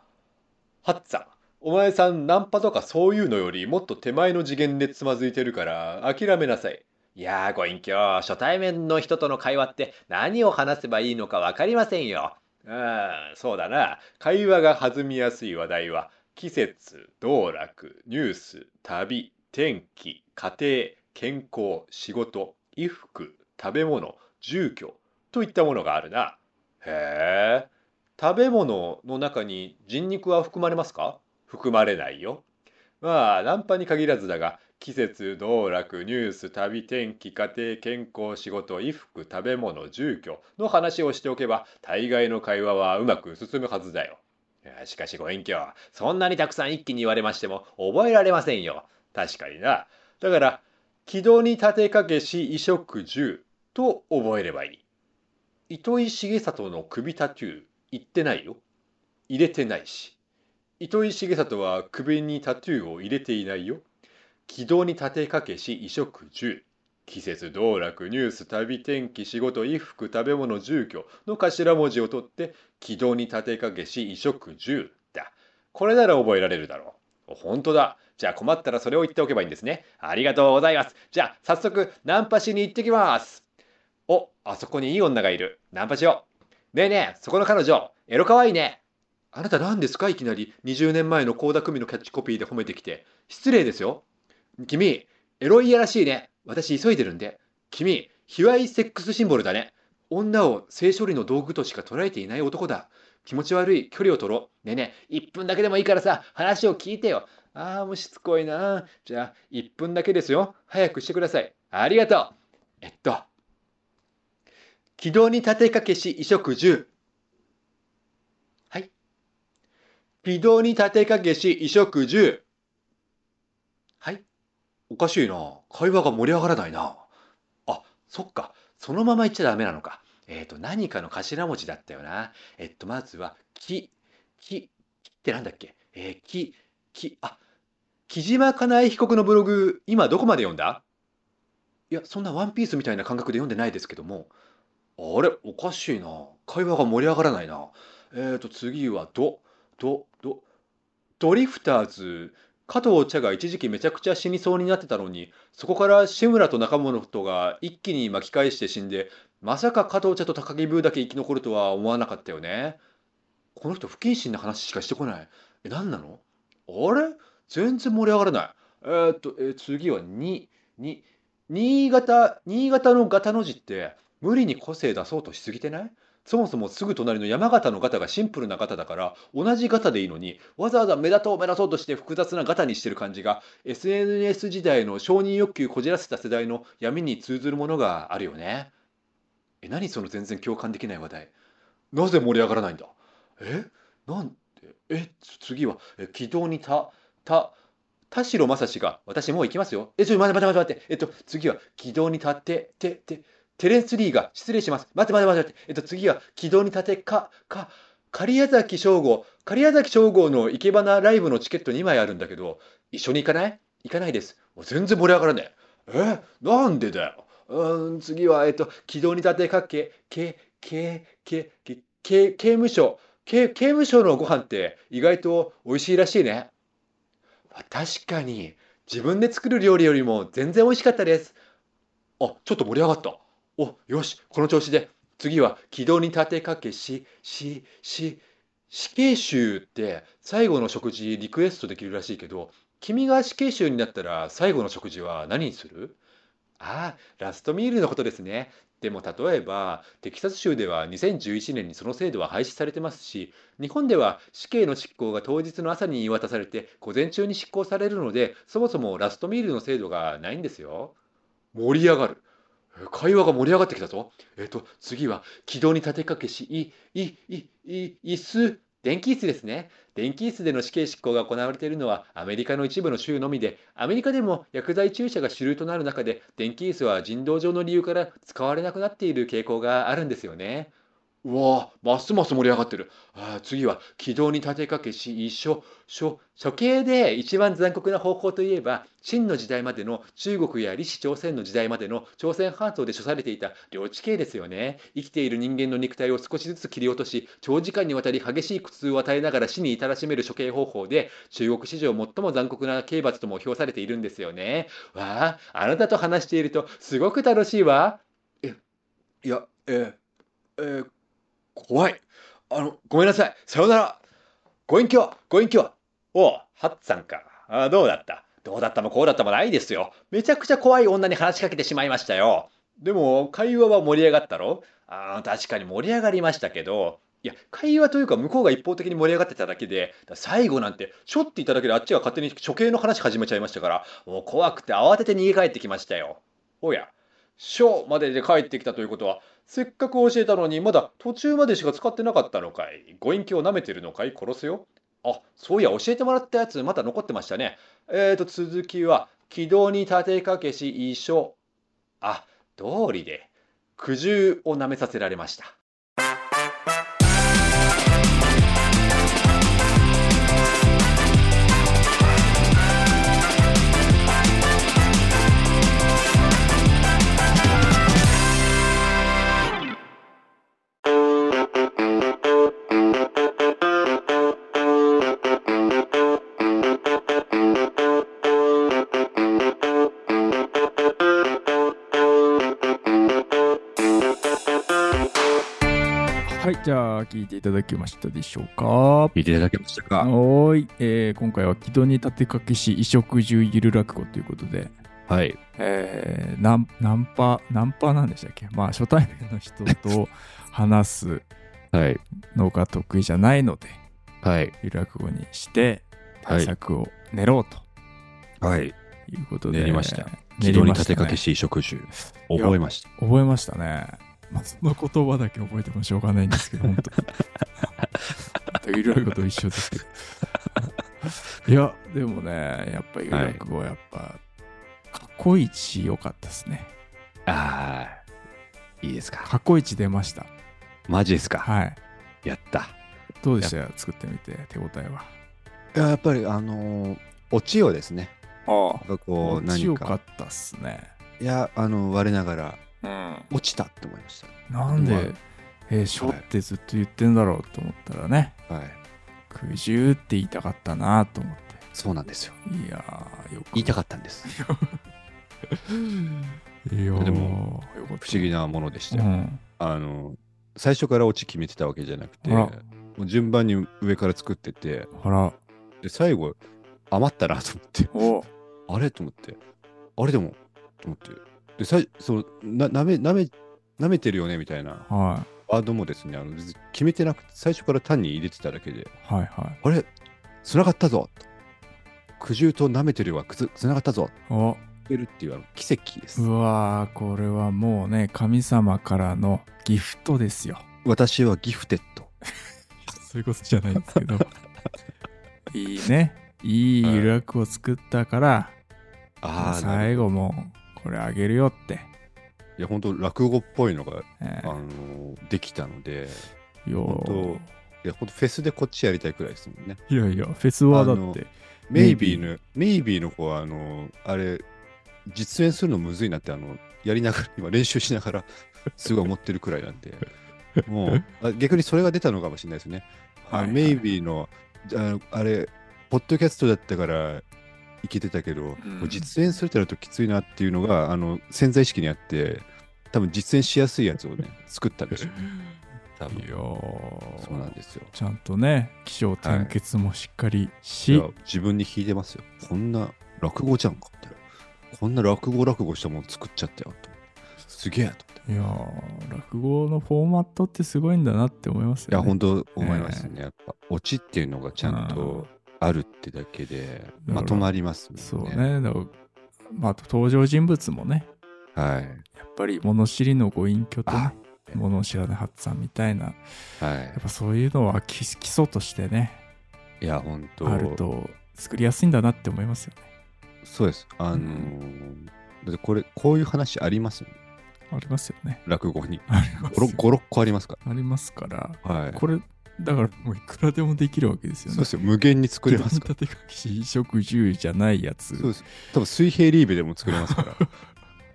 Speaker 6: ハッツァン、お前さんナンパとかそういうのよりもっと手前の次元でつまずいてるから諦めなさい。いやーご隠居、初対面の人との会話って何を話せばいいのかわかりませんよ。ああ、そうだな。会話が弾みやすい話題は、季節、道楽、ニュース、旅、天気、家庭、健康、仕事、衣服、食べ物、住居といったものがあるな。へえ。食べ物の中に人肉は含まれますか含まれないよ。まあ、ナンパに限らずだが、季節、道楽、ニュース、旅、天気、家庭、健康、仕事、衣服、食べ物、住居の話をしておけば、大概の会話はうまく進むはずだよ。いやしかしご隠居、そんなにたくさん一気に言われましても覚えられませんよ。確かにな。だから、軌道に立てかけし、衣食住と覚えればいい。糸井重里の首タトゥー、言ってないよ。入れてないし。糸井重里は首にタトゥーを入れていないよ。軌道に立てかけし衣食住季節道楽ニュース旅天気仕事衣服食べ物住居の頭文字を取って軌道に立てかけし衣食住だこれなら覚えられるだろう本当だじゃあ困ったらそれを言っておけばいいんですねありがとうございますじゃあ早速ナンパしに行ってきますおあそこにいい女がいるナンパしようねえねえそこの彼女エロかわいいねあなた何ですかいきなり20年前の倖田來未のキャッチコピーで褒めてきて失礼ですよ君、エロいやらしいね。私急いでるんで。君、卑猥セックスシンボルだね。女を性処理の道具としか捉えていない男だ。気持ち悪い、距離を取ろう。ねえねえ、1分だけでもいいからさ、話を聞いてよ。ああ、もうしつこいな。じゃあ、1分だけですよ。早くしてください。ありがとう。えっと。軌道に立てかけし、衣食住。はい。軌道に立てかけし、衣食住。はい。おかしいな。会話が盛り上がらないな。あ、そっか。そのまま言っちゃダメなのか。えっ、と、何かの頭文字だったよな。えっと、まずは、き、き、きってなんだっけえー、き、き、あ、木島かなえ被告のブログ、今どこまで読んだいや、そんなワンピースみたいな感覚で読んでないですけども。あれ、おかしいな。会話が盛り上がらないな。えっ、と、次は、ど、ど、ど、ドリフターズ、加藤茶が一時期めちゃくちゃ死にそうになってたのにそこから志村と中本とが一気に巻き返して死んでまさか加藤茶と高木ブーだけ生き残るとは思わなかったよねこの人不謹慎な話しかしてこないえ何なのあれ全然盛り上がらないえーっと、えー次はにに新潟新潟の型の字って無理に個性出そうとしすぎてないそもそもすぐ隣の山形のガタがシンプルなガタだから同じガタでいいのにわざわざ目立とう目立とうとして複雑なガタにしてる感じが SNS 時代の承認欲求こじらせた世代の闇に通ずるものがあるよねえ何その全然共感できない話題なぜ盛り上がらないんだえなんでえ次はえ軌道にたた田代正史が私もう行きますよえちょ待って待って待って待ってえっと次は軌道に立ってててテレンス・リーが失礼します。待って待って待って待って。えっと、次は軌道に立てか、か、狩矢崎翔吾。狩矢崎翔吾の生け花ライブのチケット2枚あるんだけど、一緒に行かない行かないです。もう全然盛り上がらねえ。えなんでだよ。うーん、次は、えっと、軌道に立てかけ、け、け、け、け、け、刑務所。け、刑務所のご飯って意外と美味しいらしいね。まあ確かに、自分で作る料理よりも全然美味しかったです。あ、ちょっと盛り上がった。お、よし、この調子で、次は軌道に立てかけし、し、し、死刑囚って最後の食事リクエストできるらしいけど、君が死刑囚になったら最後の食事は何にするああ、ラストミールのことですね。でも例えば、テキサス州では2011年にその制度は廃止されてますし、日本では死刑の執行が当日の朝に言い渡されて、午前中に執行されるので、そもそもラストミールの制度がないんですよ。盛り上がる。え会話が盛り上がってきたぞ。えっ、と、次は、軌道に立てかけし、い、い、い、い、椅子、電気椅子ですね。電気椅子での死刑執行が行われているのはアメリカの一部の州のみで、アメリカでも薬剤注射が主流となる中で、電気椅子は人道上の理由から使われなくなっている傾向があるんですよね。うわぁ、ますます盛り上がってる。あー次は、軌道に立てかけし、一緒、処処刑で一番残酷な方法といえば秦の時代までの中国や李氏朝鮮の時代までの朝鮮半島で処されていた領地刑ですよね生きている人間の肉体を少しずつ切り落とし長時間にわたり激しい苦痛を与えながら死に至らしめる処刑方法で中国史上最も残酷な刑罰とも評されているんですよねわああなたと話しているとすごく楽しいわえいやええー怖いあのごめんなさいさようならご隠居ご隠居おう、ハッツさんか。あどうだったどうだったもこうだったもないですよ。めちゃくちゃ怖い女に話しかけてしまいましたよ。でも、会話は盛り上がったろああ、確かに盛り上がりましたけど、いや、会話というか向こうが一方的に盛り上がってただけで、だ最後なんて、しょっていただけであっちが勝手に処刑の話始めちゃいましたから、もう怖くて慌てて逃げ帰ってきましたよ。おや、しょまでで帰ってきたということは、せっかく教えたのにまだ途中までしか使ってなかったのかい。ご隠居を舐めてるのかい殺すよ。あ、そういや、教えてもらったやつ、まだ残ってましたね。えーと、続きは、軌道に立てかけし、一緒。あ、道理で、苦渋を舐めさせられました。
Speaker 3: はい、じゃあ聞いていただきましたでしょうか。
Speaker 4: 聞いていただけましたか
Speaker 3: おーい、えー今回は「木戸に立てかけし衣食住ゆる落語」ということで、
Speaker 4: はい。
Speaker 3: えーナンナンパナンパなんでしたっけまあ初対面の人と話す
Speaker 4: はい。
Speaker 3: のが得意じゃないので
Speaker 4: はい。
Speaker 3: ゆる落語にして
Speaker 4: は
Speaker 3: 対
Speaker 4: い
Speaker 3: 策を練ろうと
Speaker 4: はい。
Speaker 3: いうことで、
Speaker 4: 練りましたよ
Speaker 3: 練
Speaker 4: 軌
Speaker 3: り
Speaker 4: 道に
Speaker 3: ま
Speaker 4: 立
Speaker 3: したね
Speaker 4: てかけし衣食住。覚えました。
Speaker 3: 覚えましたね、まあ、その言葉だけ覚えてもしょうがないんですけど本当にゆる落語と一緒です
Speaker 4: *laughs*
Speaker 3: けどいやでもねやっぱゆる落語はやっぱ、過去一良かったですね
Speaker 4: ああ。いいですか。
Speaker 3: 過去一出ました
Speaker 4: マジですか。
Speaker 3: はい
Speaker 4: やった。
Speaker 3: どうでした作ってみて手応えは
Speaker 4: やっぱり、あのー、落ちようですね。
Speaker 3: あ
Speaker 4: なんかこう、何
Speaker 3: 強か
Speaker 4: か
Speaker 3: っ。たっすね
Speaker 4: いや、あの、我ながら、
Speaker 3: うん
Speaker 4: 落ちたって思いまし
Speaker 3: なんで、
Speaker 4: うまい
Speaker 3: えー、しょってずっと言ってんだろうと思ったらね
Speaker 4: た。はい。
Speaker 3: 苦渋って言いたかったなと思っ
Speaker 4: そうなんですよ。
Speaker 3: ていやーよく
Speaker 4: 言いたかったんです。
Speaker 3: いや
Speaker 4: でも
Speaker 3: よかった
Speaker 4: 不思議なものでした
Speaker 3: う
Speaker 4: よ。
Speaker 3: ん、
Speaker 4: あの、最初から落ち決めてたわけじゃなくて、
Speaker 3: あら
Speaker 4: もう順番に上から作ってて、
Speaker 3: ほら
Speaker 4: で、最後、余ったなと思って。
Speaker 3: お
Speaker 4: あれと思って、あれでもと思って、で、さいそのな舐め、舐め、舐めてるよねみたいな
Speaker 3: は
Speaker 4: ワードもですね、あの別に決めてなくて、最初から単に入れてただけで、
Speaker 3: はいはい。
Speaker 4: あれ、つながったぞと苦渋と舐めてるはくずつながったぞ
Speaker 3: お
Speaker 4: ってるっていうあの奇跡です。
Speaker 3: うわーこれはもうね神様からのギフトですよ。
Speaker 4: 私はギフテッド。
Speaker 3: そういうことじゃないんですけど。 *laughs* いいね。いい楽を作ったから、
Speaker 4: ああ、な
Speaker 3: 最
Speaker 4: るほ
Speaker 3: 後もうこれあげるよって。
Speaker 4: どいや、本当落語っぽいのが、
Speaker 3: え
Speaker 4: あのできたので、
Speaker 3: ー、よ
Speaker 4: 本いや、本当フェスでこっちやりたいくらいですもんね。
Speaker 3: ーいやいや、フェスはだって。
Speaker 4: メイビーの、メイビーの子は、あの、あれ、実演するのむずいなって、あの、やりながら、 *laughs* 今練習しながら、すごい思ってるくらいなんで、
Speaker 3: *laughs*
Speaker 4: もう、あ逆にそれが出たのかもしれないですね。あ
Speaker 3: はい
Speaker 4: メイビーの、あのあれ、ポッドキャストだったから、いけてたけど、
Speaker 1: うん
Speaker 4: もう実演するってなるときついなっていうのが、あの、潜在意識にあって、多分実演しやすいやつをね、作った
Speaker 3: *laughs*
Speaker 4: んでしょうね。多分
Speaker 3: いやー
Speaker 4: そうなんですよ。
Speaker 3: ちゃんとね、気象転結もしっかりし、
Speaker 4: いや自分に引いてますよ。こんな落語じゃんかみたいな。こんな落語落語したもの作っちゃったよと。すげえと思って。
Speaker 3: い、やー落語のフォーマットってすごいんだなって思います
Speaker 4: いや、
Speaker 3: よ、ね。
Speaker 4: 本当思いましたね。やっぱ、オチっていうのがちゃんとあるってだけで、
Speaker 3: うん
Speaker 4: まとまりますもんね。
Speaker 3: そう。ね。だからまあ、あと登場人物もね、
Speaker 4: はい。
Speaker 3: やっぱり物知りのご隠居とね
Speaker 4: あ、
Speaker 3: 物を知らないハッツさんみたいな、
Speaker 4: は
Speaker 3: やっぱそういうのは基基礎としてね、
Speaker 4: い。いや、本当
Speaker 3: あると作りやすいんだなって思いますよね。
Speaker 4: そうです。あのーだってこれ、こういう話ありますよね
Speaker 3: ありますよね。
Speaker 4: 落語に。
Speaker 3: ありますよ
Speaker 4: 5、6個ありますか
Speaker 3: ありますから、
Speaker 4: ら。はい。
Speaker 3: これ、だからもういくらでもできるわけですよ
Speaker 4: そう
Speaker 3: ね。
Speaker 4: ですよ。無限に作れますから。
Speaker 3: 縦書きし、食住じゃないやつ。
Speaker 4: そうです。多分水平リーベでも作れますから。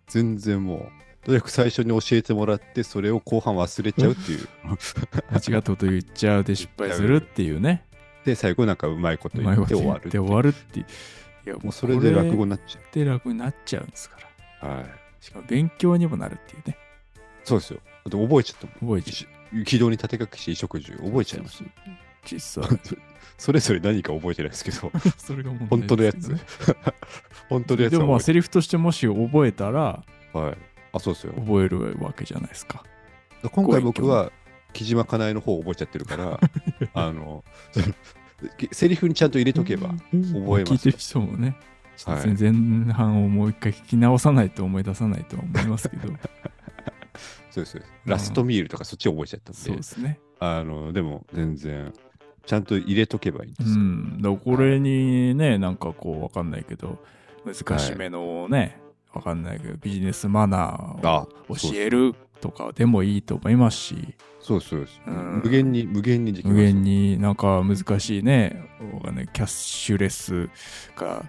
Speaker 4: 全然もう。とにかく最初に教えてもらって、それを後半忘れちゃうっていう。
Speaker 3: 間違ったこと言っちゃうで失敗するっていうね。
Speaker 4: で、最後なんかうまいこと
Speaker 3: う
Speaker 4: 言
Speaker 3: まいこ
Speaker 4: って
Speaker 3: と
Speaker 4: 終
Speaker 3: 言
Speaker 4: わ
Speaker 3: っ
Speaker 4: るってていう。
Speaker 3: 終わるっていう。いや、
Speaker 4: もうそれで落語
Speaker 3: っ
Speaker 4: になっちゃ
Speaker 3: て落語になっちゃうんですから。
Speaker 4: う。はい。
Speaker 3: しかも勉強にもなるっていうね。
Speaker 4: そうですよ。あと覚えちゃったもん。
Speaker 3: 覚えちゃ
Speaker 4: 一軌道に立て書きして衣食住覚えちゃいまし
Speaker 3: う。実
Speaker 4: *laughs* た
Speaker 3: 際。。
Speaker 4: *laughs* それぞれ何か覚えてないですけど、
Speaker 3: それが問題
Speaker 4: 本当のや
Speaker 3: です
Speaker 4: つ
Speaker 3: よね。
Speaker 4: 本当のやつ
Speaker 3: でもま
Speaker 4: は
Speaker 3: あ
Speaker 4: 覚
Speaker 3: セリフとしてもし覚えたら
Speaker 4: えてはい。あ、そうですよ。
Speaker 3: 覚えるわけじゃないですか。
Speaker 4: 今回僕は木島かなえの方を覚えちゃってるから、 *laughs* あの、 *laughs* セリフにちゃんと入れとけば覚
Speaker 5: うん
Speaker 4: えます。
Speaker 3: 聞いてる人もね、
Speaker 4: はい
Speaker 3: 別に前半をもう一回聞き直さないと思い出さないとは思います *laughs* けど、
Speaker 4: そうですそうです。ラストミールとかそっち覚えちゃったんで、
Speaker 3: そうですね。
Speaker 4: あのでも全然、ちゃんと入れとけばいいんで
Speaker 3: う
Speaker 4: すよ。
Speaker 3: ん。だからこれにね、なんかこうわかんないけど、難しめのね、わかんないけど、ビジネスマナーを
Speaker 4: あ
Speaker 3: 教えるとかでもいいと思いますし、
Speaker 4: そうそうです。
Speaker 3: うん
Speaker 4: 無限に、無限にできま
Speaker 3: 無
Speaker 4: す。
Speaker 3: 限になんか難しいね、わかんないキャッシュレスが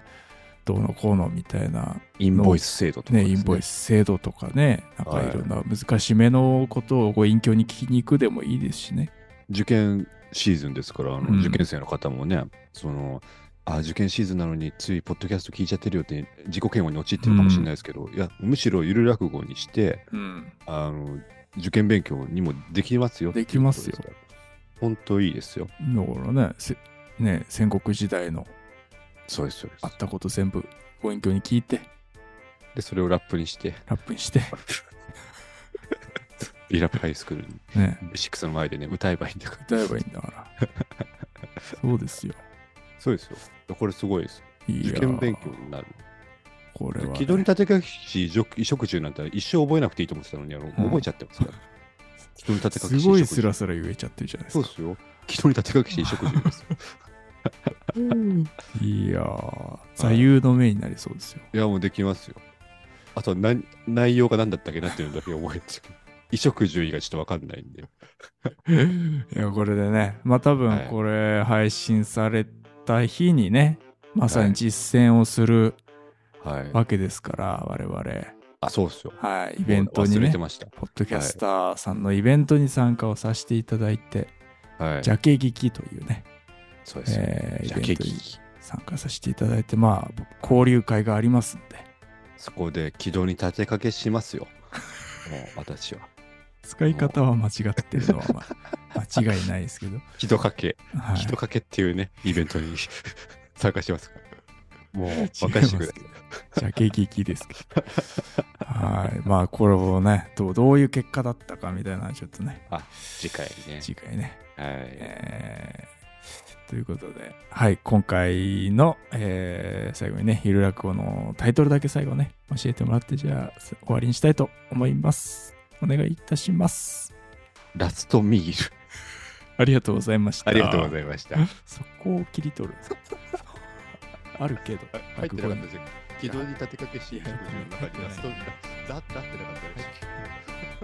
Speaker 3: どうのこうのみたいな
Speaker 4: インボイス制度とか
Speaker 3: ね、
Speaker 4: です
Speaker 3: インボイス制度とかね、なんかいろんな難しめのことをご隠居に聞きに行くでもいいですしね。
Speaker 4: 受験シーズンですから、あの
Speaker 3: うん
Speaker 4: 受験生の方もね、その、あ受験シーズンなのについポッドキャスト聞いちゃってるよって自己嫌悪に陥ってるかもしれないですけど、いやむしろゆる落語にして
Speaker 3: うん。
Speaker 4: あの受験勉強にもできますよっていう
Speaker 3: できますよ
Speaker 4: ことですから本当いいですよ
Speaker 3: だからね、せね戦国時代の
Speaker 4: そうですそうです
Speaker 3: あったこと全部ご隠居に聞いて、
Speaker 4: でそれをラップにして
Speaker 3: ラップにして、
Speaker 4: リラップハイスクールに
Speaker 3: ね、
Speaker 4: ベシックスの前でね歌えばいいんだから
Speaker 3: 歌えばいいんだから。そうですよ。
Speaker 4: そうですよこれすごいです
Speaker 3: いや
Speaker 4: 受験勉強になる
Speaker 3: これは、ね、
Speaker 4: 軌道に立て書きし衣食住なんて一生覚えなくていいと思ってたのにあの、覚えちゃってますから軌道に立て書き
Speaker 3: す
Speaker 4: し
Speaker 3: ごい
Speaker 4: 衣食住
Speaker 3: スラスラ言えちゃってるじゃないです
Speaker 4: そう
Speaker 3: か。
Speaker 4: ですよ軌道に立て書きし衣食住です
Speaker 3: *laughs*
Speaker 4: よ
Speaker 5: うん
Speaker 3: いやー、座右の銘になりそうですよ。
Speaker 4: いやもうできますよあとは何内容が何だったっけなっていうのだけ覚えてる衣食住以外ちょっと分かんないんで
Speaker 3: いや、これでね、まあ多
Speaker 4: は
Speaker 3: 分
Speaker 4: い
Speaker 3: これ配信された日にね、まさに実践をする
Speaker 4: はい
Speaker 3: わけですから、我
Speaker 4: あそうですよ
Speaker 3: 々、はい、イベントに
Speaker 4: 忘れ
Speaker 3: ね
Speaker 4: て、ました
Speaker 3: ポッドキャスターさんのイベントに参加をさせていただいて、
Speaker 4: はい
Speaker 3: ジャケ聞きというね、
Speaker 4: そうですよ、
Speaker 3: えー
Speaker 4: ジャケ
Speaker 3: イベントに
Speaker 4: 聞き
Speaker 3: 参加させていただいて、まあ、交流会がありますんで、
Speaker 4: そこで軌道に立てかけします
Speaker 3: *laughs*
Speaker 4: よ。もう私は。
Speaker 3: 使い方は間違ってるの
Speaker 4: *laughs*
Speaker 3: は、まあ、間違いないですけど、
Speaker 4: 軌道かけ、
Speaker 3: は
Speaker 4: 軌道
Speaker 3: い、
Speaker 4: *laughs* かけっていうね、イベントに参加しますから。もう、任せてくれ。
Speaker 3: じゃあ、ケーキキですけど。はい。まあ、これをねどう、どういう結果だったかみたいな、ちょっとね、
Speaker 4: 次回ね。
Speaker 3: 次回ね。
Speaker 4: はい。
Speaker 3: えーということで、はい、今回の、えー最後にね、ゆる落語のタイトルだけ最後ね、教えてもらって、じゃあ、終わりにしたいと思います。お願いいたします。
Speaker 4: ラストミール。
Speaker 3: ありがとうございました。
Speaker 6: ありがとうございました。
Speaker 3: そこを切り *laughs* 取る。あるけど、
Speaker 6: 入ってなかったですよ。軌
Speaker 3: 道
Speaker 6: *laughs* 道に立てかけし、
Speaker 3: 自分の中にラスト
Speaker 6: ザッてなかったでし